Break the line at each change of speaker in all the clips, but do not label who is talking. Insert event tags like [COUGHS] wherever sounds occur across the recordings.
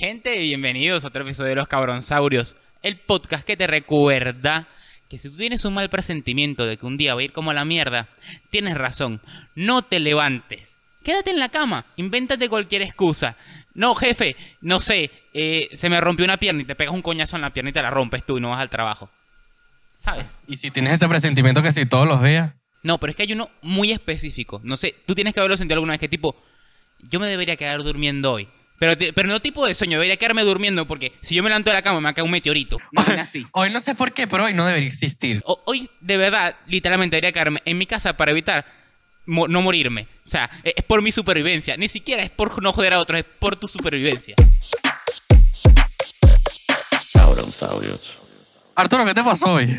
Gente, bienvenidos a otro episodio de Los Cabronsaurios, el podcast que te recuerda que si tú tienes un mal presentimiento de que un día va a ir como a la mierda, tienes razón, no te levantes. Quédate en la cama, invéntate cualquier excusa. No, jefe, no sé, eh, se me rompió una pierna y te pegas un coñazo en la pierna y te la rompes tú y no vas al trabajo. ¿Sabes?
Y si tienes ese presentimiento que si todos los días.
No, pero es que hay uno muy específico. No sé, tú tienes que haberlo sentido alguna vez que tipo, yo me debería quedar durmiendo hoy. Pero, te- pero no tipo de sueño, debería quedarme durmiendo porque si yo me levanto de la cama me va a caer un meteorito. Una vaina [LAUGHS] así.
[LAUGHS] Hoy no sé por qué, pero hoy no debería existir.
O- hoy de verdad, literalmente debería quedarme en mi casa para evitar mo- no morirme. O sea, e- es por mi supervivencia. Ni siquiera es por no joder a otros, es por tu supervivencia.
Sauronsaurios.
Arturo, ¿qué te
[LAUGHS]
pasó hoy?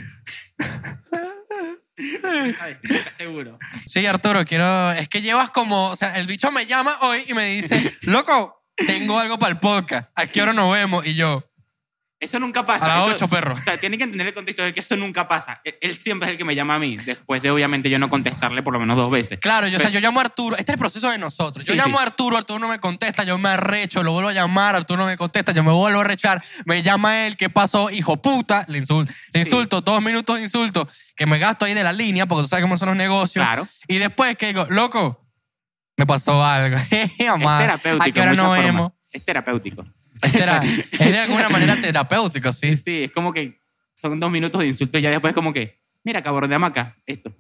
[LAUGHS] Seguro.
Sí, Arturo, quiero. Es que llevas como. O sea, el bicho me llama hoy y me dice,
[LAUGHS]
loco, tengo algo para el podcast. ¿A qué hora nos vemos? Y yo,
Eso nunca pasa.
a las
Eso-
8, perro.
O sea, tienen que entender el contexto de que eso nunca pasa. E, Él, él siempre es el que me llama a mí, después de obviamente yo no contestarle por lo menos dos veces.
Claro, yo, o sea, yo llamo a Arturo. Este es el proceso de nosotros. Yo
Sí,
llamo
sí.
a Arturo, Arturo no me contesta, yo me arrecho, lo vuelvo a llamar, Arturo no me contesta, yo me vuelvo a arrechar. Me llama él, ¿qué pasó? Hijo puta, le insulto. Le
Sí.
insulto, dos minutos de insulto, que me gasto ahí de la línea, porque tú sabes cómo son los negocios.
Claro.
Y después que digo, loco, me pasó algo. [LAUGHS]
Es
Amada,
terapéutico.
¿A qué hora
en muchas
nos
formas.
vemos?
Es terapéutico.
Es, tera- [LAUGHS] es de alguna manera terapéutico, sí.
Sí, es como que son dos minutos de insulto y ya después es como que, mira, cabrón de hamaca, esto.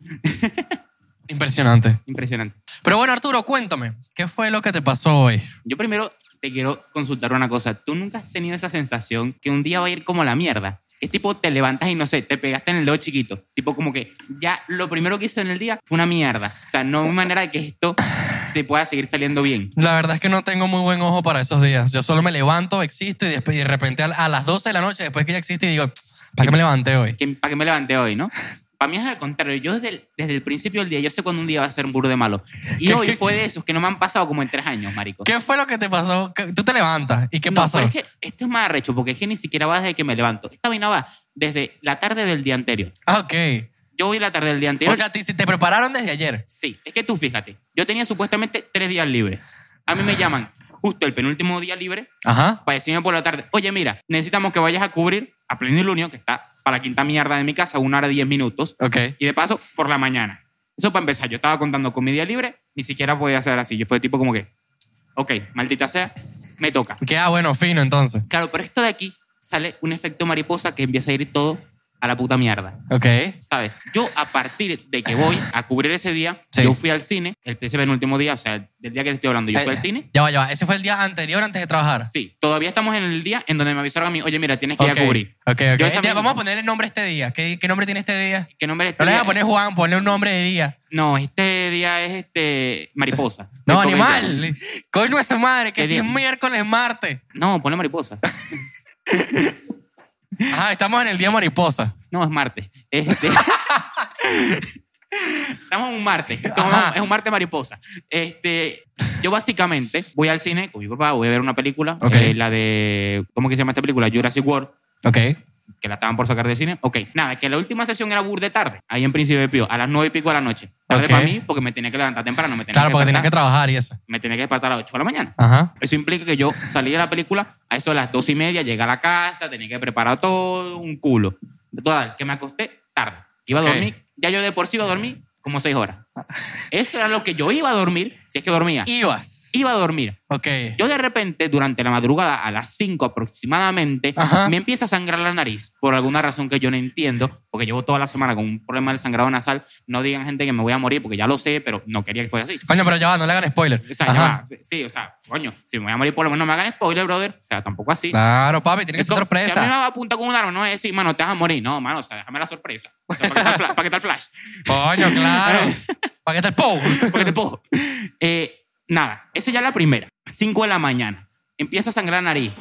Impresionante.
Impresionante.
Pero bueno, Arturo, cuéntame, ¿qué fue lo que te pasó hoy?
Yo primero te quiero consultar una cosa. ¿Tú nunca has tenido esa sensación que un día va a ir como la mierda? Es tipo, te levantas y no sé, te pegaste en el dedo chiquito. Tipo, como que ya lo primero que hice en el día fue una mierda. O sea, no hay manera de que esto se pueda seguir saliendo bien.
La verdad es que no tengo muy buen ojo para esos días. Yo solo me levanto, existo y después- y de repente a, a las 12 de la noche, después que ya existe, digo, ¿para qué me levanté hoy?
¿Para qué me levanté hoy, no? Para mí es al contrario. Yo desde el, desde el principio del día, yo sé cuando un día va a ser un burro de malo. Y hoy fue de esos que no me han pasado como en tres años, marico.
¿Qué fue lo que te pasó? ¿Qué- Tú te levantas y qué
No,
pasó?
pero es que esto es más arrecho, porque es que ni siquiera va desde que me levanto. Esta vaina va desde la tarde del día anterior.
Ah, ok.
Yo voy la tarde del día anterior.
O sea, te, te prepararon desde ayer.
sí, es que tú fíjate. Yo tenía supuestamente tres días libres. A mí me llaman justo el penúltimo día libre
Ajá.
para decirme por la tarde, oye, mira, necesitamos que vayas a cubrir a Plenilunio, que está para la quinta mierda de mi casa, una hora y diez minutos,
Ok.
y de paso, por la mañana. Eso para empezar, yo estaba contando con mi día libre, ni siquiera podía hacer así. Yo fue tipo como que, ok, maldita sea, me toca.
Que ah, bueno, fino entonces.
Claro, pero esto de aquí sale un efecto mariposa que empieza a ir todo a la puta mierda.
Ok.
¿Sabes? Yo, a partir de que voy a cubrir ese día,
Sí.
yo fui al cine, el ese penúltimo día, o sea, del día que te estoy hablando, yo fui
Eh,
al cine.
Ya va, ya va. Ese fue el día anterior antes de trabajar.
Sí, todavía estamos en el día en donde me avisaron a mí, oye, mira, tienes que
Ok.
ir a cubrir.
Ok, ok.
Yo esa
Ya,
misma-
Vamos a ponerle nombre a este día. ¿Qué, qué nombre tiene este día?
¿Qué nombre es este
No le vas
día?
a poner Juan, ponle un nombre de día.
No, este día es este mariposa.
No,
Me comento.
animal. Coño es su madre, que
¿Qué
si
día?
es miércoles, martes.
No, ponle mariposa. [LAUGHS]
Ajá, estamos en el día mariposa.
No, es martes.
[LAUGHS]
Este- Estamos en un martes. Estamos-
Ajá.
es un martes mariposa. Este, yo básicamente voy al cine con mi papá, voy a ver una película,
Ok.
eh, la de, ¿cómo que se llama esta película? Jurassic World,
Ok.
que la estaban por sacar de cine. Ok, nada, que la última sesión era burde tarde, ahí en Príncipe de Pío, a las nueve y pico de la noche. Tarde
Ok.
para mí porque me tenía que levantar temprano, me tenía
Claro,
que
porque tenías que
despertar-
trabajar y eso.
me tenía que despertar a las 8 de la mañana.
Ajá.
Eso implica que yo salí de la película a eso de las dos y media, llegué a la casa, tenía que preparar todo, un culo. Total, que me acosté tarde. Iba a
Ok.
dormir, ya yo de por sí iba a dormir como seis horas. Eso era lo que yo iba a dormir, si es que dormía.
Ibas.
Iba a dormir.
Ok.
Yo de repente, durante la madrugada, a las 5 aproximadamente,
Ajá.
me empieza a sangrar la nariz, por alguna razón que yo no entiendo, porque llevo toda la semana con un problema del sangrado nasal. No digan gente que me voy a morir, porque ya lo sé, pero no quería que fuera así.
Coño, pero ya va, no le hagan spoiler.
O sea, ya va. Sí, Sí, o sea, coño, si me voy a morir, por lo menos no me hagan spoiler, brother. O sea, tampoco así.
Claro, papi, tiene que
Es
ser
como- Si a mí me
sorpresa.
va a apuntar con un arma, no es decir, mano, te vas a morir. No, mano, o sea, déjame la sorpresa. O sea, ¿para, qué tal fla- [LAUGHS] para qué tal flash?
Coño,
[LAUGHS]
claro. ¿Para qué está el po?
¿Para qué te puedo? Eh, nada, esa ya es la primera. 5 de la mañana. Empieza a sangrar la nariz.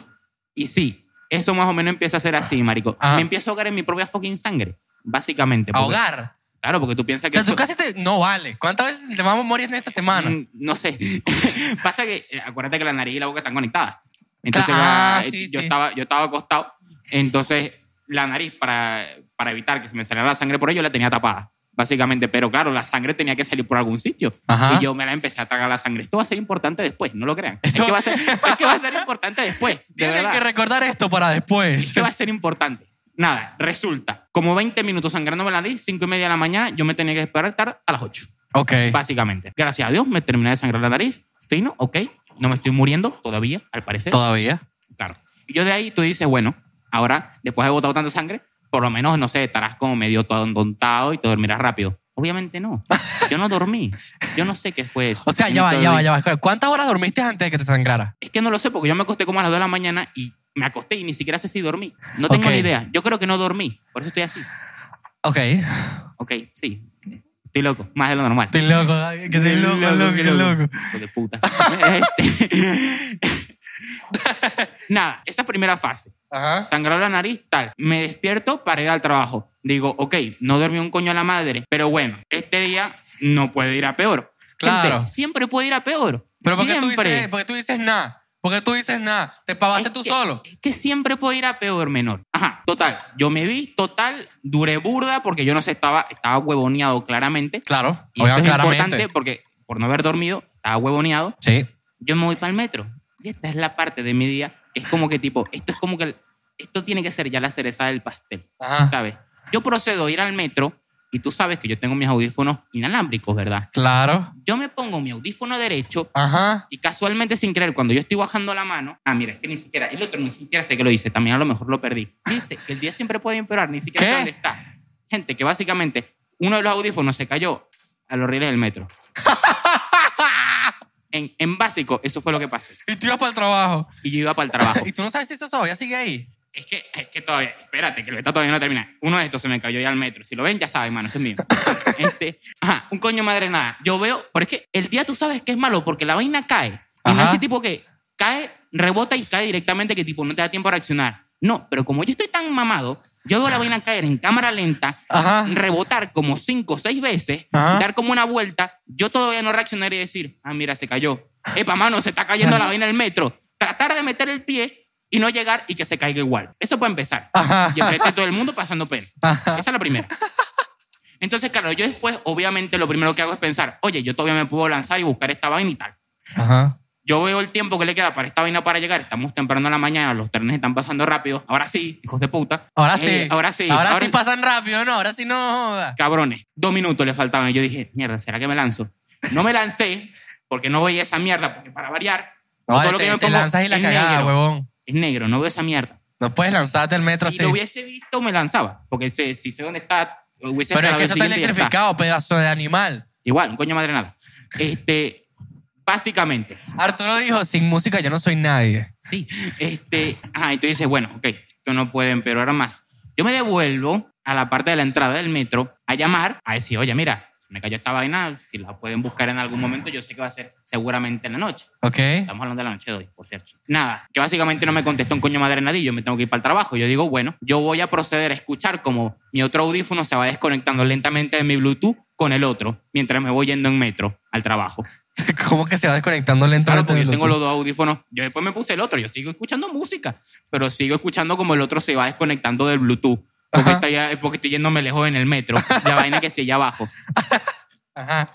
Y sí, eso más o menos empieza a ser así, marico.
Ajá.
Me empiezo a ahogar en mi propia fucking sangre, básicamente. porque-
Ahogar.
Claro, porque tú
O
piensas que...
sea, tú
eso-
casi te. No vale. ¿Cuántas veces te vamos a morir en esta semana?
Mm, No sé. [LAUGHS] Pasa que, eh, acuérdate que la nariz y la boca están conectadas. Entonces,
Ah,
ya, eh,
sí,
yo,
sí.
Estaba, yo estaba acostado. Entonces, la nariz, para, para evitar que se me saliera la sangre por ello, la tenía tapada. básicamente. Pero claro, la sangre tenía que salir por algún sitio.
Ajá.
Y yo me la empecé a tragar la sangre. Esto va a ser importante después, no lo crean. Es
Esto- [LAUGHS]
que va a ser, es que va a ser importante después. de
Tienen
verdad.
que recordar esto para después.
¿Qué va a ser importante? Nada, resulta, como 20 minutos sangrándome la nariz, 5 y media de la mañana, yo me tenía que esperar tarde a las 8,
Ok.
básicamente. Gracias a Dios me terminé de sangrar la nariz, fino, ok, no me estoy muriendo todavía, al parecer.
Todavía.
Claro. Y yo de ahí tú dices, bueno, ahora, después de botar tanta sangre, por lo menos, no sé, estarás como medio atontado y te dormirás rápido. Obviamente
[LAUGHS]
no. Yo no dormí. Yo no sé qué fue eso.
O sea,
Yo
ya
no
va,
te
ya va,
dormí.
ya va. Espera, ¿Cuántas horas dormiste antes de que te sangrara?
Es que no lo sé porque yo me acosté como a las 2 de la mañana y me acosté y ni siquiera sé si dormí. No tengo
Ok.
ni idea. Yo creo que no dormí. Por eso estoy así.
Ok.
Ok, sí. Estoy loco, más de lo normal.
Estoy loco, ay, que estoy loco, loco,
qué
que loco.
Hijo de puta. [LAUGHS] Este. Nada, esa primera fase.
Ajá.
Sangrar la nariz, tal. Me despierto para ir al trabajo. Digo, ok, no dormí un coño a la madre, pero bueno, este día no puede ir a peor. Gente,
Claro.
siempre puede ir a peor.
Pero ¿por qué
siempre.
tú dices, "Eh, por qué tú dices nada? ¿Por qué tú dices nada? Te pavaste
Es
tú
que-
solo.
Es que siempre puede ir a peor, menor. Ajá, total. Yo me vi, total, duré burda porque yo no sé, estaba, estaba huevoneado claramente.
Claro,
Y esto es importante porque por no haber dormido, estaba huevoneado,
Sí.
yo me voy para el metro. Y esta es la parte de mi día que es como que tipo, esto es como que, el- esto tiene que ser ya la cereza del pastel,
Ajá.
¿sabes? Yo procedo a ir al metro y tú sabes que yo tengo mis audífonos inalámbricos, ¿verdad?
Claro.
Yo me pongo mi audífono derecho
Ajá.
y casualmente sin creer, cuando yo estoy bajando la mano, ah, mira, es que ni siquiera, el otro ni siquiera sé que lo hice, también a lo mejor lo perdí. Viste, que el día siempre puede empeorar, ni siquiera
¿Qué?
sé dónde está. Gente que básicamente uno de los audífonos se cayó a los rieles del metro. en, en básico, eso fue lo que pasó.
Y tú ibas para el trabajo.
Y yo iba para el trabajo.
Y tú no sabes si eso todavía sigue ahí.
es, que, es que todavía, espérate, que el beta todavía no termina. Uno de estos se me cayó ya al metro. Si lo ven, ya saben, mano, eso es mío. Este, ajá, un coño madre nada. Yo veo, pero es que el día tú sabes que es malo porque la vaina cae. Y no
Ajá.
es que tipo que cae, rebota y cae directamente que tipo no te da tiempo a reaccionar. No, pero como yo estoy tan mamado, yo veo la vaina caer en cámara lenta,
Ajá.
rebotar como cinco o seis veces,
Ajá.
dar como una vuelta, yo todavía no reaccionar y decir, ah, mira, se cayó. Epa, mano, se está cayendo la vaina del metro. Tratar de meter el pie y no llegar y que se caiga igual. Eso puede empezar.
Ah, Ajá. Ah.
Y enfrente a todo el mundo pasando pena.
Ajá.
Esa es la primera. Entonces, claro, yo después, obviamente, lo primero que hago es pensar, oye, yo todavía me puedo lanzar y buscar esta vaina y tal.
Ajá.
Yo veo el tiempo que le queda para esta vaina para llegar. Estamos temprano en la mañana, los trenes están pasando rápido. Ahora sí, hijos de puta.
Ahora sí.
Eh, ahora sí.
Ahora, sí pasan rápido, ¿no? Ahora sí no joda.
cabrones, dos minutos le faltaban. Y yo dije, mierda, ¿será que me lanzo? No me lancé, porque no veía esa mierda, porque para variar,
No,
todo lo
te,
que me
te
pongo
lanzas y la
es
cagada,
negro.
huevón.
es negro, no veo esa mierda.
No puedes lanzarte al metro
si
así.
lo hubiese visto, me lanzaba, porque sé- si sé dónde está, hubiese
Pero es
esperado
que
el
eso está
siguiente y ya está.
electrificado, pedazo de animal.
Igual, un coño madre nada. Este, básicamente,
Arturo dijo, sin música yo no soy nadie.
sí. Este, ajá, y tú dices, bueno, ok, esto no puede empeorar más. Yo me devuelvo a la parte de la entrada del metro a llamar, a decir, oye, mira, se me cayó esta vaina, si la pueden buscar en algún momento, yo sé que va a ser seguramente en la noche.
¿Ok?
Estamos hablando de la noche de hoy, por cierto. Nada, que básicamente no me contestó un coño madre nadie, yo me tengo que ir para el trabajo. Yo digo, bueno, yo voy a proceder a escuchar como mi otro audífono se va desconectando lentamente de mi Bluetooth con el otro, mientras me voy yendo en metro al trabajo.
[LAUGHS] ¿Cómo que se va desconectando
Claro,
lentamente?
porque yo
del
tengo
otro?
los dos audífonos. Yo después me puse el otro, yo sigo escuchando música, pero sigo escuchando como el otro se va desconectando del Bluetooth. Porque,
Ajá.
está ya- porque estoy yéndome lejos en el metro. La [LAUGHS] vaina que se allá abajo.
Ajá.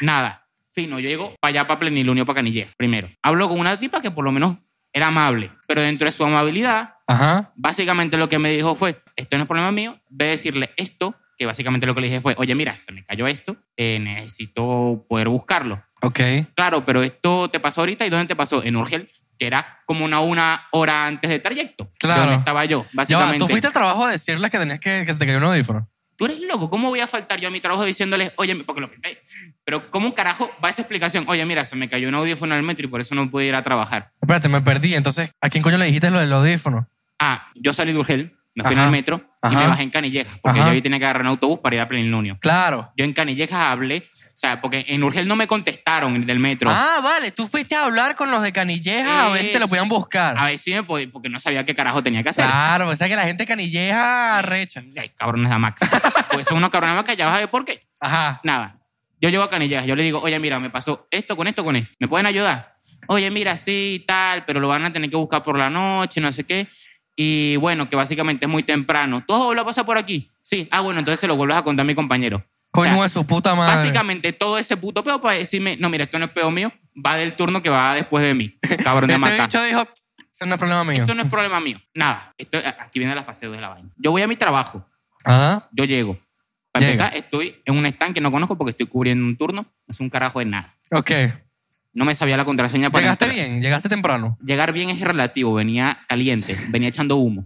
Nada. Fino, yo llego para allá, para Plenilunio, para Canillés, primero. Hablo con una tipa que por lo menos era amable, pero dentro de su amabilidad,
Ajá.
básicamente lo que me dijo fue, esto no es problema mío, ve a decirle esto, que básicamente lo que le dije fue, oye, mira, se me cayó esto, eh, necesito poder buscarlo.
Ok.
Claro, pero esto te pasó ahorita y ¿dónde te pasó? En Urgel, que era como una, una hora antes del trayecto.
Claro.
Donde estaba yo,
Ya va,
básicamente.
tú fuiste al trabajo a decirles que tenías que, que se te cayó un audífono.
Tú eres loco, ¿cómo voy a faltar yo a mi trabajo diciéndoles, oye, porque lo pensé, pero ¿cómo carajo va esa explicación? Oye, mira, se me cayó un audífono al metro y por eso no pude ir a trabajar.
Espérate, me perdí. Entonces, ¿a quién coño le dijiste lo del audífono?
Ah, yo salí de Urgel, me fui
Ajá.
en el metro y me
Ajá.
bajé en Canillejas, porque
Ajá.
yo ahí tenía que agarrar un autobús para ir a Plenilunio.
Claro.
Yo en Canillejas hablé, o sea, porque en Urgel no me contestaron del metro.
Ah, vale. Tú fuiste a hablar con los de Canilleja a ver si te lo
Eso.
podían buscar.
A ver si me podía, porque no sabía qué carajo tenía que hacer.
Claro, o sea que la gente de Canilleja recha.
Ay, cabrones de hamaca. [LAUGHS] pues son unos cabrones de hamaca, ya vas a ver por qué.
Ajá.
nada. Yo llego a Canillejas, yo le digo, oye, mira, me pasó esto con esto con esto. ¿Me pueden ayudar? Oye, mira, sí, tal, pero lo van a tener que buscar por la noche, no sé qué. Y bueno, que básicamente es muy temprano. ¿Tú has vuelto a pasar por aquí? Sí. Ah, bueno, entonces se lo vuelves a contar a mi compañero.
Coño
O sea,
de su puta madre.
Básicamente todo ese puto peo para decirme, no, mira, esto no es peo mío, va del turno que va después de mí. Cabrón de
Ese
matar.
bicho dijo, ese no es problema mío.
Eso no es problema mío. Nada. Esto, aquí viene la fase 2 de la vaina. Yo voy a mi trabajo.
Ajá.
Yo llego. Para
Llega.
empezar, estoy en un stand que no conozco porque estoy cubriendo un turno. No es un carajo de nada.
Ok.
No me sabía la contraseña para
Llegaste
entrar.
bien, llegaste temprano.
Llegar bien es relativo. Venía caliente. venía echando humo.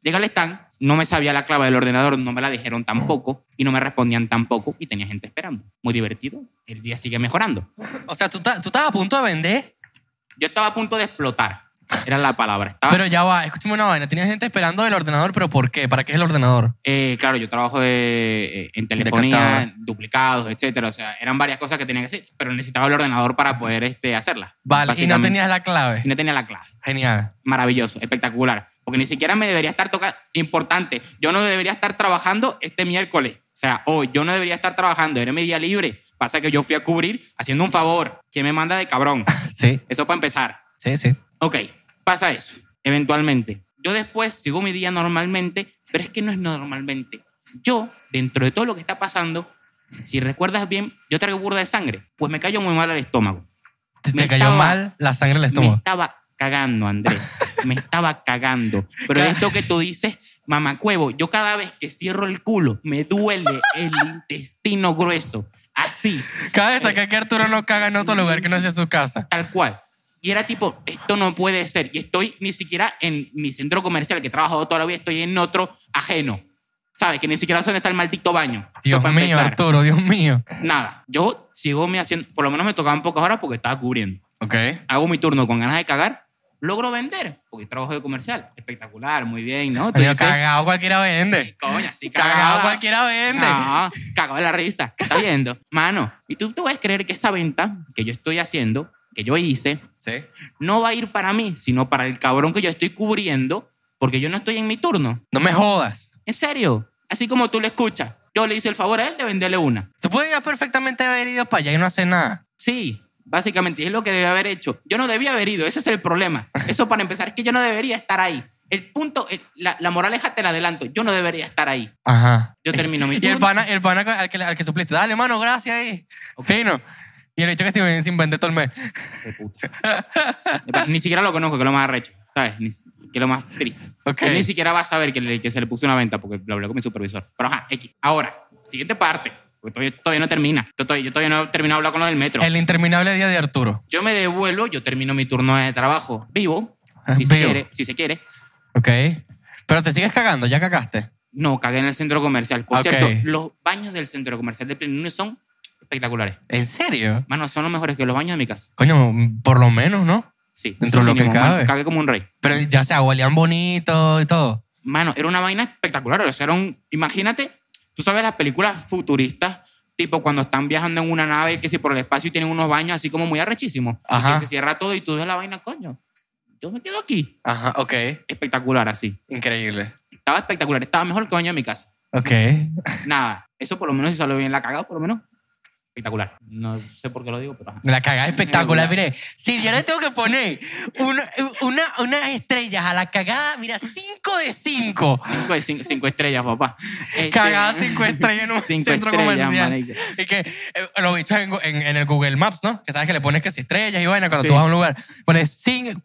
Llega al stand. No me sabía la clave del ordenador. No me la dijeron tampoco. Y no me respondían tampoco. Y tenía gente esperando. Muy divertido. El día sigue mejorando.
O sea, tú, ta- tú estabas a punto de vender,
Yo estaba a punto de explotar. Era la palabra. Estaba-
pero ya va, escúchame una vaina. Tenía gente esperando del ordenador, pero ¿por qué? ¿Para qué es el ordenador?
Eh, claro, yo trabajo de- eh, en
captadora.
telefonía, en duplicados, etcétera. O sea, eran varias cosas que tenía que hacer, pero necesitaba el ordenador para poder este, hacerla.
Vale, y no
Básicamente.
tenías la clave.
Y no tenía la clave.
Genial.
Maravilloso, espectacular. Porque ni siquiera me debería estar tocando. Importante, yo no debería estar trabajando este miércoles. O sea, hoy yo no debería estar trabajando, era mi día libre. Pasa que yo fui a cubrir haciendo un favor. ¿Quién me manda de cabrón?
Sí,
Eso para empezar.
sí, sí.
Ok, pasa eso, eventualmente. Yo después sigo mi día normalmente, pero es que no es normalmente. Yo, dentro de todo lo que está pasando, si recuerdas bien, yo traigo burda de sangre. Pues me cayó muy mal el estómago.
Te,
Me
te cayó
estaba-
mal la sangre en el
Me [LAUGHS]
estómago.
estaba cagando, Andrés. Me estaba cagando. Pero esto que tú dices, mamacuevo, yo cada vez que cierro el culo, me duele el intestino grueso. Así,
Cabe destacar que Arturo no caga en otro lugar que no sea su casa.
tal cual. Y era tipo, esto no puede ser. Y estoy ni siquiera en mi centro comercial que he trabajado toda la vida, estoy en otro ajeno. ¿Sabes? Que ni siquiera sé dónde está el maldito baño.
Dios
Eso para
mío,
empezar.
Arturo, Dios mío.
Nada. Yo sigo me haciendo, por lo menos me tocaban pocas horas porque estaba cubriendo.
Ok.
Hago mi turno con ganas de cagar, logro vender, porque trabajo de comercial. Espectacular, muy bien, ¿no? Tú
Coño,
dices,
cagado cualquiera vende.
Coño, así
Cagado
cagaba.
cualquiera vende.
No, cagado de la risa. ¿Estás viendo? [LAUGHS] Mano, y tú te vas a creer que esa venta que yo estoy haciendo, que yo hice,
Sí.
no va a ir para mí, sino para el cabrón que yo estoy cubriendo, porque yo no estoy en mi turno.
No me jodas.
En serio. Así como tú le escuchas. Yo le hice el favor a él de venderle una.
Tú podías perfectamente haber ido para allá y no hacer nada.
Sí, básicamente es lo que debía haber hecho. Yo no debía haber ido, ese es el
[LAUGHS]
problema. Eso para empezar, es que yo no debería estar ahí. El punto, el- la, la moraleja te la adelanto, yo no debería estar ahí.
Ajá.
Yo termino mi
Y el
turno.
pana, el pana al, que, al que supliste, dale, mano, gracias ahí.
Ok.
Fino. Y el hecho que sin, sin vender todo el mes.
Hijo de puta. [LAUGHS] Ni siquiera lo conozco, que es lo más arrecho, ¿sabes? Ni si- que es lo más triste.
Ok.
Él ni siquiera va a saber que, le- que se le puso una venta porque lo hablé con mi supervisor. Pero ajá, X. Ahora, siguiente parte. Porque todavía, todavía no termina. Yo todavía, yo todavía no he terminado de hablar con los del metro.
El interminable día de Arturo.
Yo me devuelvo, yo termino mi turno de trabajo vivo.
Ah,
Si se
vivo.
quiere, si se quiere.
Ok. Pero te sigues cagando, ya cagaste.
No, cagué en el centro comercial. Por
Ok.
cierto, los baños del centro comercial de Plenilunio son espectaculares.
¿En serio?
Mano, son los mejores que los baños de mi casa.
Coño, por lo menos, ¿no?
Sí.
Dentro de lo que
mínimo, mano.
cabe.
Cagué como un rey.
Pero ya se agualean bonito y todo.
Mano, era una vaina espectacular. O sea, era un- imagínate, tú sabes las películas futuristas, tipo cuando están viajando en una nave, que si por el espacio y tienen unos baños así como muy arrechísimos. y
Ajá.
que se cierra todo y tú ves la vaina, coño. Yo me quedo aquí.
Ajá, ok.
Espectacular, así.
Increíble.
Estaba espectacular. Estaba mejor que el baño de mi casa.
Ok.
Nada, eso por lo menos si salió bien la cagada, por lo menos. Espectacular. No sé por qué lo digo, pero ajá.
La cagada espectacular, mire. Si yo le tengo que poner una, una, unas estrellas a la cagada, mira, 5 de 5.
Cinco, de cinco, cinco estrellas, papá. Este,
Cagada 5 estrellas en un
Cinco
centro
estrellas,
comercial.
marica.
Y que eh, lo he visto en, en- en el Google Maps, ¿no? Que sabes que le pones que si estrellas y vaina cuando
Sí.
tú vas a un lugar. Pones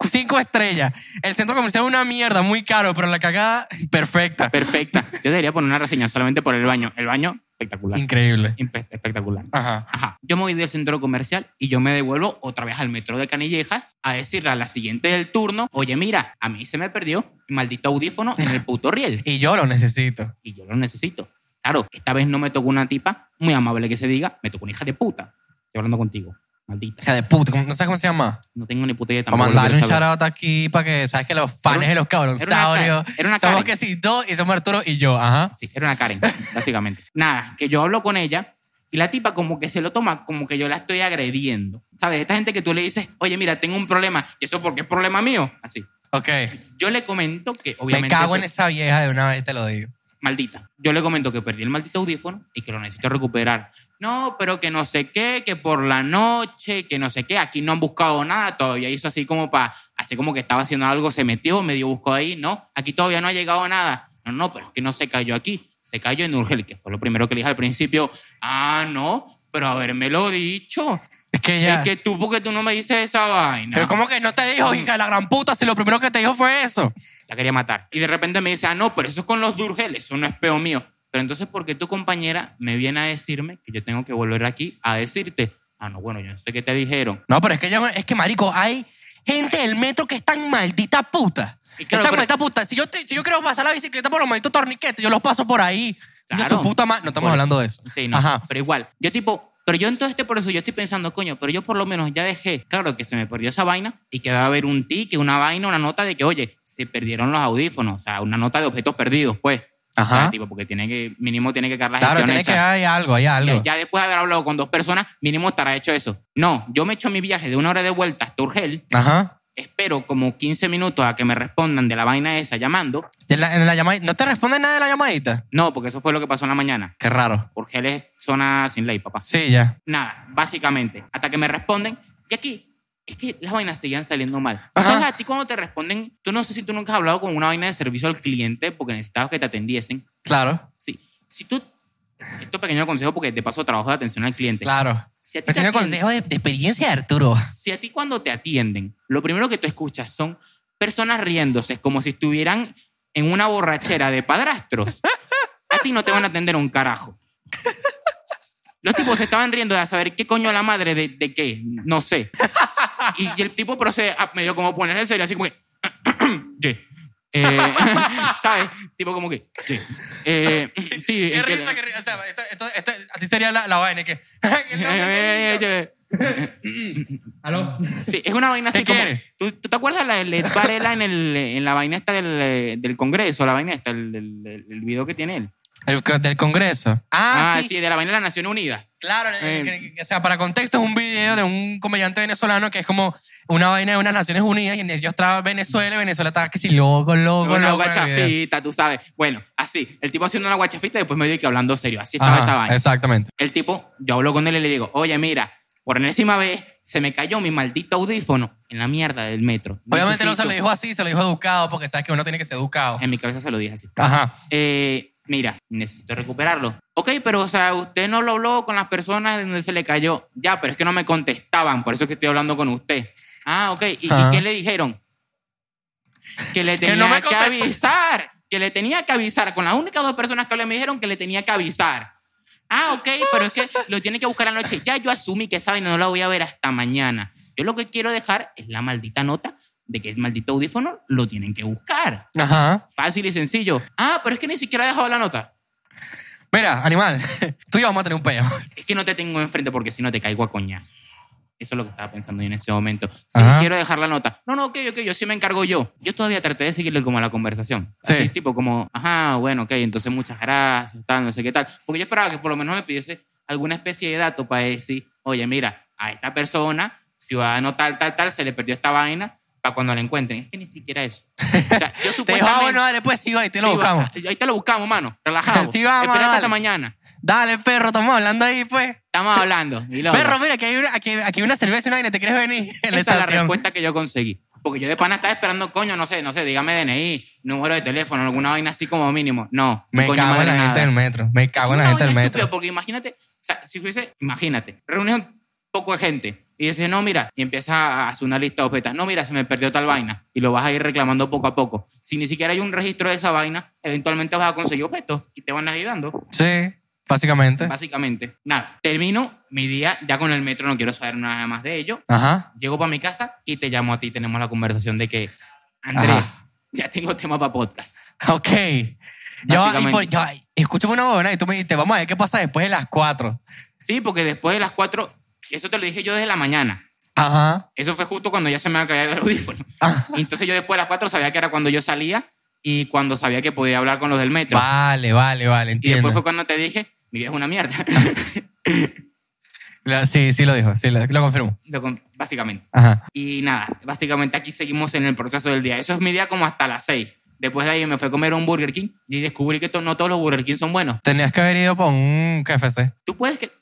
5 estrellas. El centro comercial es una mierda, muy caro, pero la cagada, [LAUGHS] perfecta.
Perfecta. Yo debería poner una reseña solamente por el baño. El baño, espectacular.
Increíble.
Impe- Espectacular.
Ajá.
Ajá. Yo me voy del centro comercial y yo me devuelvo otra vez al metro de Canillejas a decirle a la siguiente del turno, oye, mira, a mí se me perdió mi maldito audífono en el puto riel
Y yo lo necesito.
y yo lo necesito. Claro, esta vez no me tocó una tipa muy amable que se diga, me tocó una hija de puta. Estoy hablando contigo, maldita.
Hija de puta, ¿cómo- no sabes cómo se llama.
No tengo ni puta idea
Para
tampoco.
mandarle un
lo quiero saber.
shoutout aquí para que sabes que los fans
Era-
de los
era
cabronsaurios
una Karen, era una
somos
Karen.
que sí dos y somos Arturo y yo, ajá.
Sí, era una Karen, [LAUGHS] básicamente. Nada, que yo hablo con ella y la tipa como que se lo toma como que yo la estoy agrediendo. ¿Sabes? Esta gente que tú le dices, oye, mira, tengo un problema. ¿Y eso porque es problema mío? Así.
Ok.
Yo le comento que obviamente...
Me cago
per-
en esa vieja de una vez, te lo digo.
Maldita. Yo le comento que perdí el maldito audífono y que lo necesito recuperar. No, pero que no sé qué, que por la noche, que no sé qué. Aquí no han buscado nada todavía. Hizo así como para... Así como que estaba haciendo algo, se metió, medio buscó ahí. No, aquí todavía no ha llegado nada. No, no, pero es que no se cayó aquí. se cayó en Urgel, que fue lo primero que le dije al principio. Ah, no, pero habérmelo dicho.
Es que ya.
Es que tú, porque tú no me dices esa vaina.
Pero ¿cómo que no te dijo, hija de la gran puta, si lo primero que te dijo fue eso?
la quería matar. Y de repente me dice, ah, no, pero eso es con los Durgel, eso no es peo mío. Pero entonces, ¿por qué tu compañera me viene a decirme que yo tengo que volver aquí a decirte? Ah, no, bueno, yo no sé qué te dijeron.
No, pero es que, ya- es que marico, hay gente del metro que es tan maldita puta.
Y claro,
es tan
pero-
maldita puta. Si yo, te- si yo quiero pasar la bicicleta por los malditos torniquetes, yo los paso por ahí. Mira
Claro.
su puta ma- No estamos
Por-
hablando de eso.
Sí, no,
Ajá.
pero igual. Yo tipo, pero yo en todo este proceso yo estoy pensando, coño, pero yo por lo menos ya dejé, claro que se me perdió esa vaina y que va a haber un ticket, una vaina, una nota de que, oye, se perdieron los audífonos, o sea, una nota de objetos perdidos, pues. O sea,
Ajá.
tipo, porque tiene que, mínimo tiene que quedar la
Claro,
gestión
tiene
hecha.
que hay algo, hay algo.
Ya, ya después de haber hablado con dos personas, mínimo estará hecho eso. No, yo me echo mi viaje de una hora de vuelta hasta Urgel,
Ajá.
espero como 15 minutos a que me respondan de la vaina esa llamando.
De la- en la llamada- ¿No te responde nada de la llamadita?
No, porque eso fue lo que pasó en la mañana.
Qué raro.
Urgel es zona sin ley, papá.
Sí, ya.
Nada, básicamente, hasta que me responden. Y aquí, es que las vainas seguían saliendo mal.
Ajá.
Entonces, a ti cuando te responden, tú no sé si tú nunca has hablado con una vaina de servicio al cliente porque necesitabas que te atendiesen.
Claro,
Sí, si tú... Esto es pequeño consejo porque de paso trabajo de atención al cliente.
claro.
Si a ti
Pero
te
señor
atienden-
consejo de, de experiencia de Arturo.
si a ti cuando te atienden, lo primero que tú escuchas son personas riéndose como si estuvieran en una borrachera de padrastros, a ti no te van a atender un carajo. Los tipos se estaban riendo de a saber qué coño la madre de, de qué, no sé. Y, y el tipo procede a medio como ponerse serio, así como que... [COUGHS] "Yeah". Eh, [LAUGHS] ¿Sabes? Tipo como que... "Yeah". Eh, sí,
Qué
es que-
risa, qué risa. O sea, esto, esto, esto, a ti sería la, la vaina que... [LAUGHS]
[LAUGHS] Eh,
¿Aló?
Sí, es una vaina
¿Qué
así como...
quiere?
¿tú, tú te acuerdas la de Led Varela en, el, en la vaina esta del, eh, del Congreso? La vaina esta, el, el- el- el video que tiene él.
El, co- del Congreso. Ah,
Ah,
sí.
sí. de la vaina de las Naciones Unidas.
Claro, eh,
Eh.
que- que- o sea, para contexto es un video de un comediante venezolano que es como una vaina de unas Naciones Unidas y en ellos estaba Venezuela y Venezuela estaba que si loco, loco,
una
loco. eh, en el video.
guachafita, tú sabes. Bueno, así. El tipo haciendo una guachafita y después me dio que hablando serio. Así estaba
Ajá,
esa vaina.
Exactamente.
El tipo, yo hablo con él y le digo, oye, mira, por enésima vez se me cayó mi maldito audífono en la mierda del metro.
Obviamente no se
Necesito-
lo dijo así, se lo dijo educado porque sabes que uno tiene que ser educado.
En mi cabeza se lo dije así.
Ajá.
Eh, mira, necesito recuperarlo. Ok, pero o sea, usted no lo habló con las personas de donde se le cayó. Ya, pero es que no me contestaban, por eso es que estoy hablando con usted. Ah, ok. ¿Y, y
Ah.
qué le dijeron? Que le
[LAUGHS] Que
tenía
no me
que
contestó.
avisar. Que le tenía que avisar. Con las únicas dos personas que hablé me dijeron que le tenía que avisar. Ah, ok, pero es que lo tiene que buscar anoche. Ya yo asumí que sabe, no la voy a ver hasta mañana. Yo lo que quiero dejar es la maldita nota de que el maldito audífono lo tienen que buscar.
Ajá.
Fácil y sencillo. Ah, pero es que ni siquiera he dejado la nota.
Mira, animal, [LAUGHS] tú y yo vamos a tener un peo.
Es que no te tengo enfrente porque si no te caigo a coñazos. Eso es lo que estaba pensando yo en ese momento. Si
Ajá.
quiero dejar la nota. No, no, ok, ok, yo sí me encargo yo. Yo todavía traté de seguirle como la conversación.
Sí.
Así, tipo como, ajá, bueno, ok, entonces muchas gracias, tal, no sé qué tal. Porque yo esperaba que por lo menos me pidiese alguna especie de dato para decir, oye, mira, a esta persona, ciudadano tal, tal, tal, se le perdió esta vaina para cuando la encuentren. Es que ni siquiera eso. O sea, yo
[LAUGHS] Te dijo, ah,
supuestamente...
bueno, dale, pues sí, va, y te lo
Sí, va-
buscamos.
ahí te lo buscamos, mano. Relajado.
[LAUGHS] Sí, va,
Espérate
mano,
hasta
dale.
mañana.
Dale, perro, estamos hablando ahí, pues.
Estamos hablando. y luego-
Perro, mira, aquí hay una, aquí, aquí hay una cerveza y una vaina, ¿te quieres venir? [LAUGHS] En
Esa
la
es la
estación.
respuesta que yo conseguí. Porque yo de pana estaba esperando, coño, no sé, no sé, dígame DNI, número de teléfono, alguna vaina así como mínimo. No.
Me
coño,
cago en
madre,
la gente
nada.
del metro. Me cago en la
Una
gente del
vaina
metro.
estúpida, Porque imagínate, o sea, si fuese, imagínate, reúnes un poco de gente y dices, no, mira, y empiezas a hacer una lista de objetos. No, mira, se me perdió tal vaina. Y lo vas a ir reclamando poco a poco. Si ni siquiera hay un registro de esa vaina, eventualmente vas a conseguir objetos y te van a ir dando.
Sí, básicamente.
Básicamente, nada. Termino mi día ya con el metro, no quiero saber nada más de ello.
Ajá.
Llego para mi casa y te llamo a ti. Tenemos la conversación de que, Andrés,
Ajá.
ya tengo tema para podcast.
Ok. Ya va, y
Básicamente.
por- ya va, escúchame una buena y tú me dijiste, vamos a ver qué pasa después de las 4.
Sí, porque después de las 4, eso te lo dije yo desde la mañana.
Ajá.
Eso fue justo cuando ya se me había caído el audífono.
Ah,
Y entonces yo después de las 4 sabía que era cuando yo salía y cuando sabía que podía hablar con los del metro.
vale, vale, vale,
y después fue
entiendo.
cuando te dije, mi vida es una mierda. [LAUGHS]
La- Sí, sí lo dijo, sí, lo, lo confirmo.
Lo con- Básicamente.
Ajá.
Y nada, básicamente aquí seguimos en el proceso del día. Eso es mi día como hasta las 6. Después de ahí me fui a comer un Burger King y descubrí que to- no todos los Burger King son buenos.
Tenías que haber ido por un KFC.
Tú puedes que...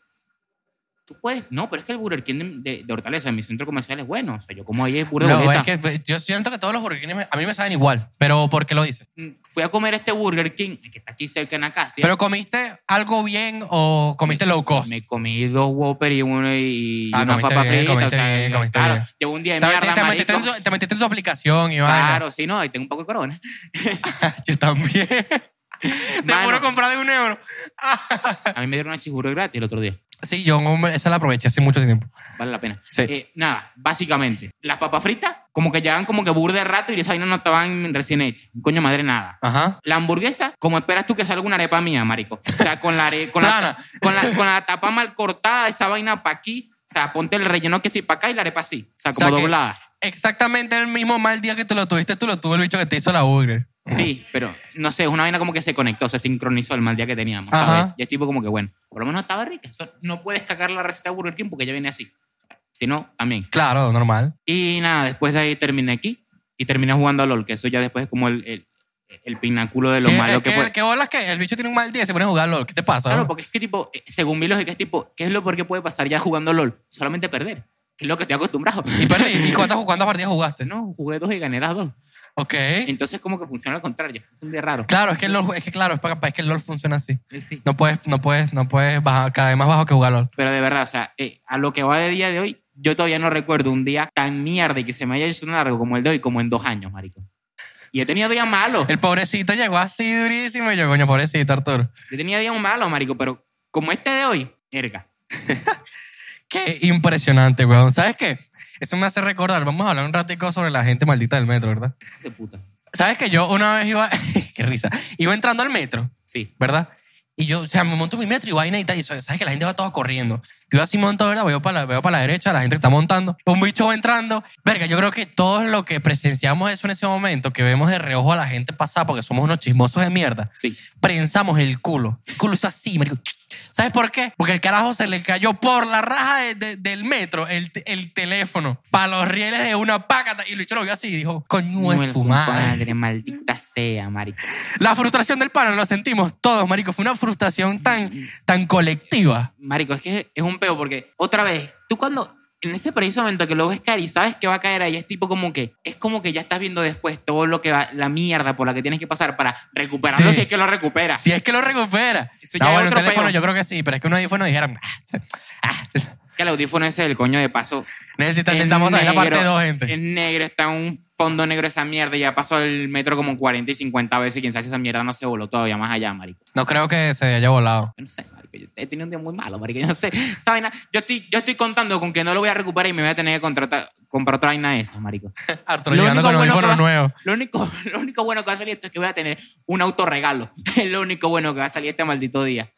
Tú puedes, no, pero es que el Burger King de, de- de Hortaleza, de mi centro comercial, es bueno. O sea, yo como ahí es burda de
No, es
boleta.
que pues, yo siento que todos los Burger King me- a mí me saben igual, pero ¿por qué lo dices?
Mm, Fui a comer este Burger King, que está aquí cerca en Acacia.
¿Pero comiste algo bien o comiste low cost?
me comí dos Whopper y, uno y
Ah,
una
comiste
papa
bien,
frita.
comiste
o sea,
bien, comiste
claro,
bien.
Llegó un día de
Te,
mierda,
te metiste en
marico.
tu, te metiste en tu aplicación y vaina.
Claro, sí, no, y tengo un poco de corona.
[LAUGHS] Yo también. [LAUGHS] Te
Mano.
puro comprar de un euro.
A mí me dieron una chiguro gratis el otro día.
Sí, yo hombre, esa la aproveché hace mucho tiempo.
Vale la pena.
Sí.
Eh, nada, básicamente, las papas fritas como que llevan como que burde de rato y esa vaina no estaban recién hechas. Coño madre, nada.
Ajá.
La hamburguesa, como esperas tú que salga una arepa mía, marico. O sea, con la, are- con
Plana.
la, con la, con la tapa mal cortada, esa vaina para aquí. O sea, ponte el relleno que sí para acá y la arepa así. O sea,
sea,
como
que-
doblada.
Exactamente el mismo mal día que tú lo tuviste, tú lo tuvo el bicho que te hizo la burger.
Sí, pero no sé, es una vaina como que se conectó, se sincronizó el mal día que teníamos.
Ajá.
¿sabes? Y es tipo como que, bueno, por lo menos estaba rica. Eso- no puedes cagar la receta de Burger King porque ya viene así. Si no, también.
Claro, normal.
Y nada, después de ahí terminé aquí y terminé jugando a LOL, que eso ya después es como el, el, el pináculo de lo
Sí,
malo
es
que,
que,
puede.
¿Qué bolas que el bicho tiene un mal día y se pone a jugar LOL? ¿Qué te pasa?
Claro,
bro?
porque es que tipo, eh, según mi lógica, es tipo, ¿qué es lo peor que puede pasar ya jugando LOL? Solamente perder, que es lo que estoy acostumbrado. pues,
¿Y, perdí? ¿Y cuántas, cuántas partidas
[LAUGHS]
jugaste?
No, jugué dos y gané las dos.
Ok.
Entonces como que funciona al contrario, es un día raro.
Claro, es que, el LOL, es que claro, es, para, es que el LOL funciona así.
Eh, Sí.
No puedes, no puedes, no puedes bajar, cada vez más bajo que jugar LOL.
Pero de verdad, o sea, eh, a lo que va de día de hoy, yo todavía no recuerdo un día tan mierda y que se me haya hecho tan largo como el de hoy, como en dos años, marico. Y he tenido días malos.
El pobrecito llegó así durísimo y yo, coño, pobrecito Arturo.
Yo tenía días malos, marico, pero como este de hoy, erga.
Qué impresionante, weón. ¿Sabes qué? Eso me hace recordar. Vamos a hablar un ratico sobre la gente maldita del metro, ¿verdad?
Se puta.
¿Sabes que yo una vez iba... [LAUGHS] qué risa. Iba entrando al metro,
Sí.
¿verdad? Y yo, o sea, me monto en mi metro y vaina y tal. Y eso, ¿sabes que La gente va toda corriendo. Yo así monto, ¿verdad? Veo para la, veo para la derecha, la gente está montando. Un bicho va entrando. Verga, yo creo que todos lo que presenciamos eso en ese momento, que vemos de reojo a la gente pasar porque somos unos chismosos de mierda
Sí.
prensamos el culo. El culo hizo así, marico. ¿Sabes por qué? Porque el carajo se le cayó por la raja de- de- del metro el, te- el teléfono para los rieles de una pácata. Y Lucho lo vio así y dijo, coño es
Muela
su madre.
maldita sea, marico.
La frustración del pana lo sentimos todos, marico. Fue una frustración tan, tan colectiva.
Marico, es que es un peo porque, otra vez, tú cuando, en ese preciso momento que lo ves caer y sabes que va a caer ahí, es tipo como que, es como que ya estás viendo después todo lo que va, la mierda por la que tienes que pasar para recuperarlo
Sí.
si es que lo recuperas.
Si es que lo recupera.
Eso ya
No,
es
bueno, el
otro
teléfono
peo.
yo creo que sí, pero es que un audífono dijeron, "Ah, ah,
Que el audífono ese del coño de paso.
necesitamos,
es
necesitamos saber la
negro,
parte 2, gente.
Es negro, está un fondo negro esa mierda. y Ya pasó el metro como 40 y 50 veces y quién sabe si esa mierda no se voló todavía más allá, marico.
No creo que se haya volado.
Yo no sé, marico, yo he tenido un día muy malo, marico, yo no sé. Esa vaina, yo estoy, yo estoy contando con que no lo voy a recuperar y me voy a tener que contratar, comprar otra vaina de esas, marico.
Arturo
Lo
llegando
único
con
bueno que
audífono
va-
nuevo.
Lo único, [LAUGHS] lo único bueno que va a salir esto es que voy a tener un autorregalo. [LAUGHS] Es lo único bueno que va a salir este maldito día.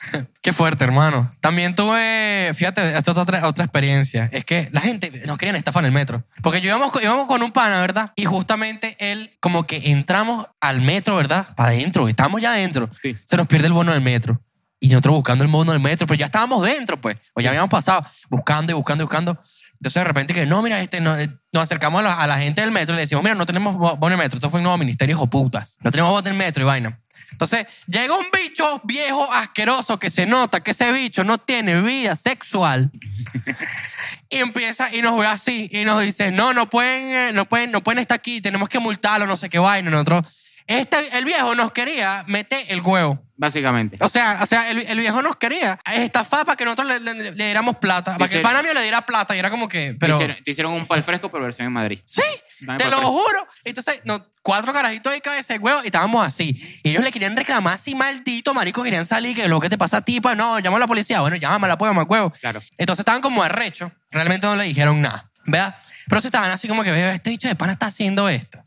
Qué fuerte, hermano. También tuve, fíjate, esta es otra, otra experiencia. Es que la gente nos querían estafar en el metro. Porque yo íbamos, co- íbamos con un pana, ¿verdad? Y justamente él, como que entramos al metro, ¿verdad? Para adentro, estamos ya adentro.
Sí.
Se nos pierde el bono del metro. Y nosotros buscando el bono del metro, pero ya estábamos dentro, pues. O ya habíamos pasado, buscando y buscando y buscando. Entonces de repente que, no, mira, este, no, eh, nos acercamos a la, a la gente del metro y le decimos, mira, no tenemos bo- bono del metro. Esto fue un nuevo ministerio, hijo putas. No tenemos bono del metro y vaina. Entonces, llega un bicho viejo asqueroso que se nota que ese bicho no tiene vida sexual. y empieza y nos ve así y nos dice, "No, no pueden eh, no pueden no pueden estar aquí, tenemos que multarlo, no sé qué vaina." Nosotros este, el viejo nos quería meter el huevo.
Básicamente.
O sea, o sea el, el viejo nos quería estafar para que nosotros le, le- le diéramos plata. Para que el
Dice-
pana mío le diera plata. Y era como que... Pero,
te, hicieron, te hicieron un pal fresco, pero versión en Madrid.
Sí,
Dame
te
pa'
lo
atrás.
juro. Entonces, no, cuatro carajitos de cabeza de huevo y estábamos así. Y ellos le querían reclamar así, maldito marico, querían salir, que lo que te pasa a ti, pues no, llama a la policía. Bueno, llama a la policía, huevo.
Claro.
Entonces estaban como arrecho, realmente no le dijeron nada, ¿verdad? Pero se estaban así como que, "Ve, este bicho de pana está haciendo esto.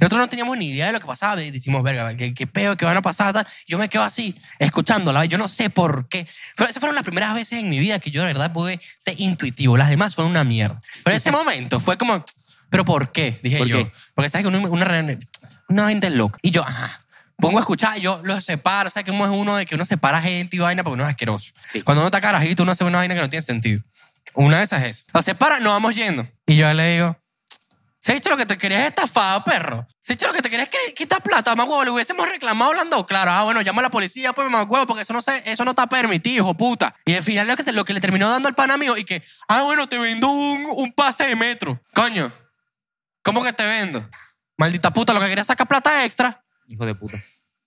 Nosotros no teníamos ni idea de lo que pasaba. Y Decimos, verga, ¿qué, qué peo, qué van a pasar. tal. Yo me quedo así, escuchándola. Yo no sé por qué. Pero esas fueron las primeras veces en mi vida que yo de verdad pude ser intuitivo. Las demás fueron una mierda. Pero ese momento fue como, ¿pero por qué? Dije
¿Por
yo.
qué?
Porque sabes que uno- una, reunión- una gente es loca. Y yo, ajá. Pongo a escuchar, yo los separo. O sea, que uno es uno de que uno separa gente y vaina porque uno es asqueroso.
Sí.
Cuando uno está carajito, uno hace una vaina que no tiene sentido. Una de esas es. Los separa, nos vamos yendo. Y yo le digo, Se ha hecho lo que te querías estafar, perro. Se ha hecho lo que te querías que quitar plata, mamá huevo. Le hubiésemos reclamado hablando claro. Ah, bueno, llama a la policía, pues mamá huevo, porque eso no, se, eso no está permitido, hijo puta. Y al final lo que, se- lo que le terminó dando al pana mío y que, ah, bueno, te vendo un, un pase de metro. Coño, ¿cómo que te vendo? Maldita puta, lo que quería es sacar plata extra.
Hijo de puta.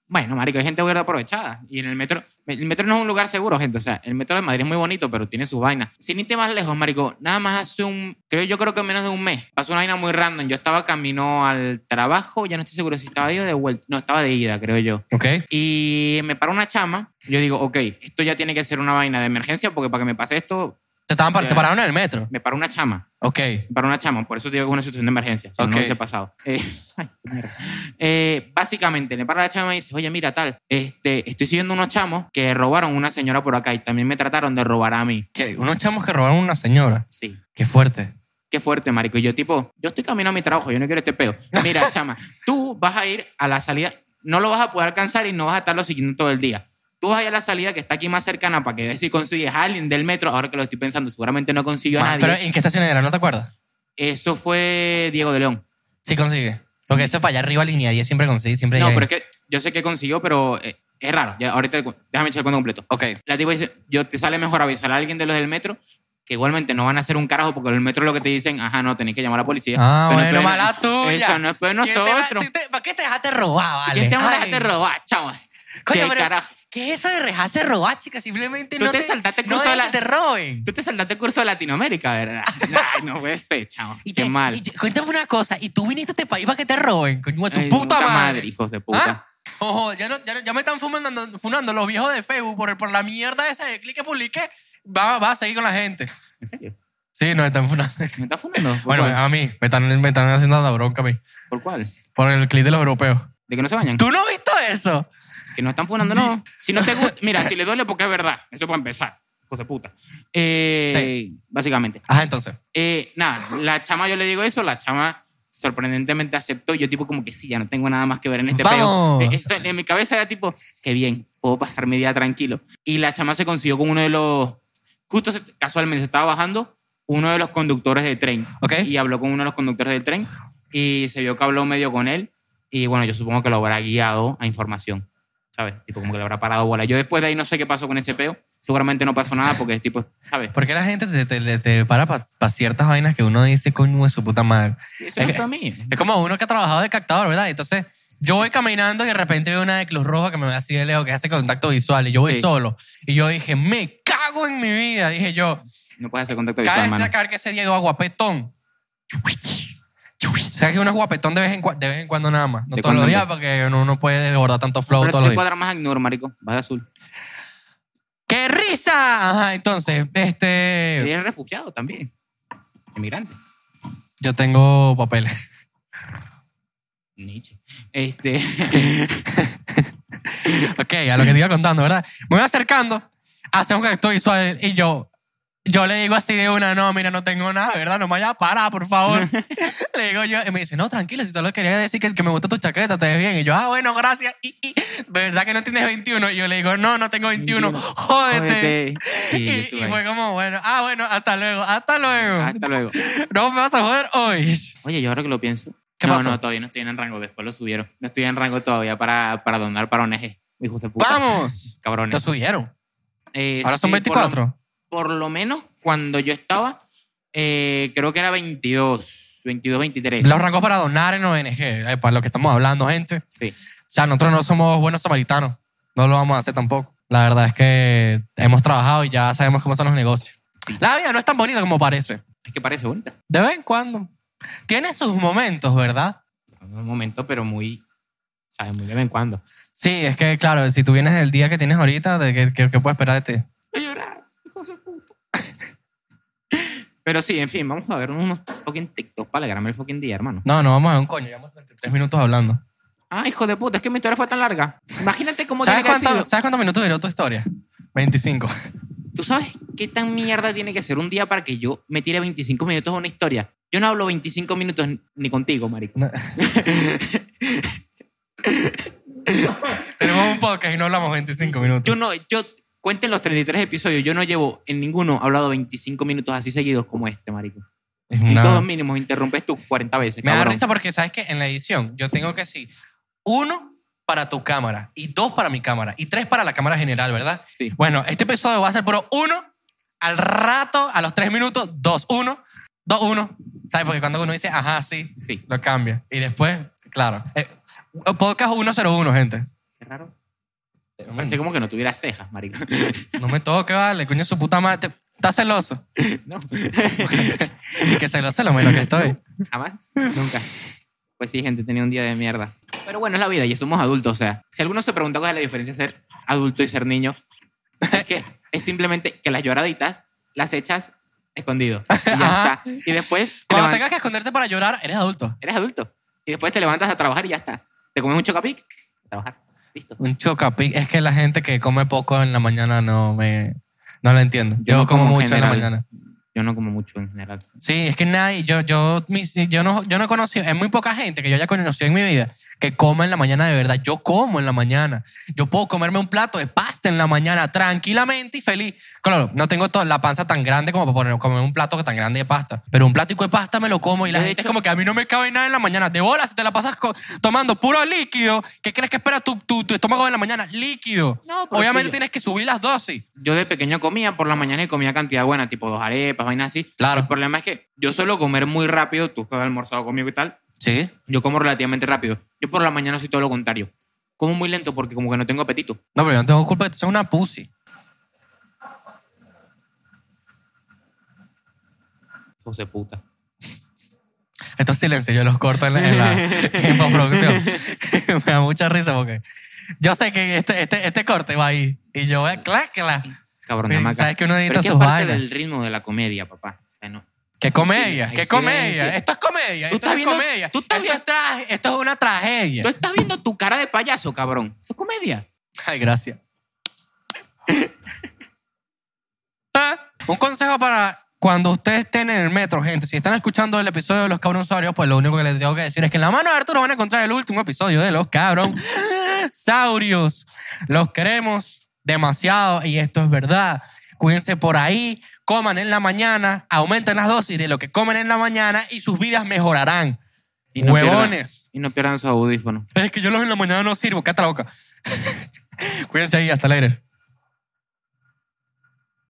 Bueno, marico, hay gente weird aprovechada. Y en el metro, el metro no es un lugar seguro, gente. O sea, el metro de Madrid es muy bonito, pero tiene sus vainas. Sin irte más lejos, marico, nada más hace un, creo yo creo que menos de un mes, pasó una vaina muy random. Yo estaba camino al trabajo, ya no estoy seguro si estaba de ida o de vuelta. No, estaba de ida, creo yo.
Ok.
Y me paró una chama. Yo digo, ok, esto ya tiene que ser una vaina de emergencia porque para que me pase esto,
Te, estaban, par-
Ya.
te pararon en el metro.
me paró una chama
Ok.
para una chama. Por eso te digo que es una situación de emergencia. si no,
Ok.
No hubiese pasado. [LAUGHS] Eh, ay, qué mierda. Eh, básicamente, le para la chama y dice, oye, mira, tal, este, estoy siguiendo unos chamos que robaron una señora por acá y también me trataron de robar a mí.
¿Qué? Unos chamos que robaron a una señora.
Sí.
Qué fuerte.
Qué fuerte, marico. Y yo, tipo, yo estoy camino a mi trabajo, yo no quiero este pedo.
[LAUGHS]
Mira, chama, tú vas a ir a la salida, no lo vas a poder alcanzar y no vas a estarlo siguiendo todo el día. Tú vas a ir a la salida que está aquí más cercana para que veas si consigues a alguien del metro. Ahora que lo estoy pensando, seguramente no consiguió a
Ma-
nadie.
Pero ¿en qué estación era? ¿No te acuerdas?
Eso fue Diego de León.
Sí consigue. Porque eso para allá arriba, línea 10 siempre consigue, siempre
No,
llega.
pero es que yo sé que consiguió, pero eh, es raro. Ya, ahorita te cu- déjame echar el cuento completo.
Ok.
La tipa dice, yo te sale mejor avisar a alguien de los del metro que igualmente no van a hacer un carajo porque el metro lo que te dicen, ajá, no, tenés que llamar a la policía.
Ah,
Eso no es
bueno,
peor-
mala tuya.
Eso no es peor de
¿Quién te va-
nosotros.
te- te- ¿Para qué te dejaste robar, vale?
¿Quién te va a
Ay.
dejarte robar, chavas?
Coño,
Sí,
pero-
carajo.
¿Qué es eso de dejarse robar, chica? Simplemente
Tú
no
te saltaste el
no
curso de
dejes
la-
que te roben.
Tú te saltaste el curso de Latinoamérica,
[LAUGHS]
¿verdad? Ay, no puede ser, chavos.
Y
Qué
te-
mal.
y te- cuéntame una cosa. ¿Y tú viniste a este país para que te roben? Coño, a tu
Ay,
puta madre.
hijos de puta.
¿Ah? Ojo, ya, no- ya, no- ya me están funando, funando los viejos de Facebook por, por la mierda esa de clic que publiqué. Va, va a seguir con la gente.
¿En serio?
Sí, nos están funando.
[LAUGHS] ¿Me estás fumando? ¿Por,
Bueno,
cuál?
a mí. Me están, me están haciendo la bronca a mí.
¿Por cuál?
Por el clic de los europeos.
¿De que no se bañan?
¿Tú no has visto eso?
Que no están funando, no. Si no te gusta, mira, si le duele porque es verdad. Eso para empezar. Hijo de puta. Eh, Básicamente.
Ajá, entonces.
Eh, nada, la chama, yo le digo eso, la chama sorprendentemente aceptó. Yo, tipo, como que sí, ya no tengo nada más que ver en este peo.
Vamos.
Eh, eso, en mi cabeza era tipo, qué bien, puedo pasar mi día tranquilo. Y la chama se consiguió con uno de los. Justo se- casualmente se estaba bajando uno de los conductores de tren.
Ok.
Y habló con uno de los conductores del tren y se vio que habló medio con él. Y bueno, yo supongo que lo habrá guiado a información, ¿sabes? Tipo, como que le habrá parado bola. Yo después de ahí no sé qué pasó con ese peo. Seguramente no pasó nada porque es tipo, ¿sabes?
¿Por qué la gente te, te- te para para ciertas vainas que uno dice, coño, de su puta madre?
Eso no
Es
es
que-
para mí.
Es como uno que ha trabajado de captador, ¿verdad? Entonces, yo voy caminando y de repente veo una de Cruz Roja que me ve así de lejos, que hace contacto visual, y yo voy
Sí.
solo. Y yo dije, me cago en mi vida. Dije yo,
No puedes hacer contacto visual,
cabe
hermano.
destacar que ese Diego es guapetón. O sea, que uno es guapetón de vez en, cua- de vez en cuando nada más. No
¿De
todos los
cuándo?
días, porque uno no puede abordar tanto flow
Pero
todos
te
los días.
cuadra más Agnur, marico. Vas de azul.
¡Qué risa! Ajá, entonces, este...
Eres refugiado también. Emigrante.
Yo tengo papeles.
Nietzsche. Este...
Ok, a lo que te iba contando, ¿verdad? Me voy acercando, hace un gesto visual y yo, yo le digo así de una, no, mira, no tengo nada, ¿verdad? No me vayas a parar, por favor.
[LAUGHS]
[LAUGHS] le digo yo, y me dice, no, tranquilo, si te lo quería decir que, que me gusta tu chaqueta, te ves bien. Y yo, ah, bueno, gracias. Y, y, ¿verdad que no tienes 21? Y yo le digo, no, no tengo 21.
21. [LAUGHS]
Jódete.
Jódete. Sí, este, yo
Y,
estuve
y
ahí. Ah,
fue como, bueno, ah, bueno, hasta luego, hasta luego.
Hasta luego.
[LAUGHS] No me vas a joder hoy.
Oye, yo ahora que lo pienso.
¿Qué
no,
pasó?
no, todavía no estoy en rango. Después lo subieron. No estoy en rango todavía para, para donar para ONG. Dijo se puta.
¡Vamos! Lo
Cabrones.
subieron.
Eh,
Ahora son
sí, por lo-
24.
por lo menos cuando yo estaba, eh, creo que era 22, 22, 23.
Los rangos para donar en ONG, eh, para lo que estamos hablando, gente.
Sí.
O sea, nosotros no somos buenos samaritanos. No lo vamos a hacer tampoco. La verdad es que hemos trabajado y ya sabemos cómo son los negocios. La vida no es tan bonita como parece.
Es que parece bonita.
De vez en cuando. Tiene sus momentos, ¿verdad?
Un momento, pero muy, ¿sabes? Muy de vez en cuando.
Sí, es que, claro, si tú vienes del día que tienes ahorita, ¿de qué, qué- qué puedes esperar de ti?
Voy a llorar, hijo de puta. [LAUGHS] Pero sí, en fin, vamos a ver unos fucking TikTok para alegrarme el fucking día, hermano.
No, no vamos a ver un coño. Llevamos 33 minutos hablando.
Ah, hijo de puta, es que mi historia fue tan larga. Imagínate cómo tiene
¿Sabes,
que haber
cuánto-
sido.
¿Sabes cuántos minutos duró tu historia? 25.
¿Tú sabes qué tan mierda tiene que ser un día para que yo me tire 25 minutos a una historia? Yo no hablo 25 minutos ni- ni contigo, marico.
No. [LAUGHS] Tenemos un podcast y no hablamos 25 minutos.
Yo no, yo cuenten los 33 episodios, yo no llevo en ninguno hablado 25 minutos así seguidos como este, marico.
Es
En
una-
todos mínimos interrumpes tú 40 veces.
Me da
cabrón.
risa porque sabes que en la edición yo tengo que sí, uno para tu cámara y dos para mi cámara y tres para la cámara general, ¿verdad?
Sí.
Bueno, este episodio va a ser puro uno al rato, a los tres minutos, dos, uno, dos, uno. ¿Sabes? Porque cuando uno dice, ajá, sí,
Sí.
lo cambia. Y después, claro. eh, podcast 101, gente.
Qué raro. Parece como que no tuviera cejas, marico. [LAUGHS]
No me toque, vale, coño, su puta madre. ¿Estás celoso?
no.
que celoso es lo menos
[LAUGHS]
que estoy.
Jamás. Nunca. Pues sí, gente, tenía un día de mierda. Pero bueno, es la vida y somos adultos. O sea, si alguno se pregunta cuál es la diferencia de ser adulto y ser niño, [LAUGHS] es que es simplemente que las lloraditas las echas escondido. Y ya
Ajá.
está. Y después. te
Cuando
levantas-
tengas que esconderte para llorar, eres adulto.
Eres adulto. Y después te levantas a trabajar y ya está. Te comes un chocapic, a trabajar. Listo.
Un chocapic. Es que la gente que come poco en la mañana no me... No la entiendo. Yo,
Yo no
como,
como en
mucho en la
general.
mañana.
Yo no como mucho en general.
Sí, es que nadie... Yo, yo, mis- yo, no, yo no he conocido... Es muy poca gente que yo haya conocido en mi vida que come en la mañana de verdad. Yo como en la mañana. Yo puedo comerme un plato de pasta en la mañana tranquilamente y feliz. Claro, no tengo to- la panza tan grande como para poner- comer un plato tan grande de pasta. Pero un platico de pasta me lo como y la
De
gente es
hecho-
como que a mí no me cabe nada en la mañana. De bola, si te la pasas co- tomando puro líquido, ¿qué crees que espera tu, tu- tu estómago en la mañana? Líquido.
No, pero
Obviamente
sí, yo-
tienes que subir las dosis.
Yo de pequeño comía por la mañana y comía cantidad buena, tipo dos arepas, vainas así.
Claro.
El problema es que yo suelo comer muy rápido, tú que has almorzado conmigo y tal,
Sí.
yo como relativamente rápido. Yo por la mañana soy todo lo contrario. Como muy lento porque como que no tengo apetito.
No, pero yo no tengo culpa de que tú seas una pussy.
José puta.
Estos silencios yo los corto en la,
[LAUGHS]
en la- en postproducción. [LAUGHS] Me da mucha risa porque yo sé que este, este, este corte va ahí y yo voy a clac, clac.
Cabrón,
Pero
nada más.
sabes que uno
Pero
edita
es que es
sus
parte
vainas.
del ritmo de la comedia, papá. O sea, no.
¿Qué comedia?
Sí,
¿Qué
sí,
comedia?
sí.
Esto es comedia.
Tú
esto
estás
es
viendo-
comedia.
tú estás
esto, es tra- esto es una tragedia.
Tú estás viendo tu cara de payaso, cabrón. Eso es comedia.
Ay, gracias. Ah, Un consejo para cuando ustedes estén en el metro, gente. Si están escuchando el episodio de Los Cabrón Saurios, pues lo único que les tengo que decir es que en la mano de Arturo van a encontrar el último episodio de Los Cabrón Saurios. Los queremos demasiado y esto es verdad. Cuídense por ahí, coman en la mañana, aumenten las dosis de lo que comen en la mañana y sus vidas mejorarán.
Y no Pierdan,
Huevones.
y no pierdan sus audífonos.
Es que yo los en la mañana no sirvo, cállate la boca. [LAUGHS] Cuídense ahí, hasta later.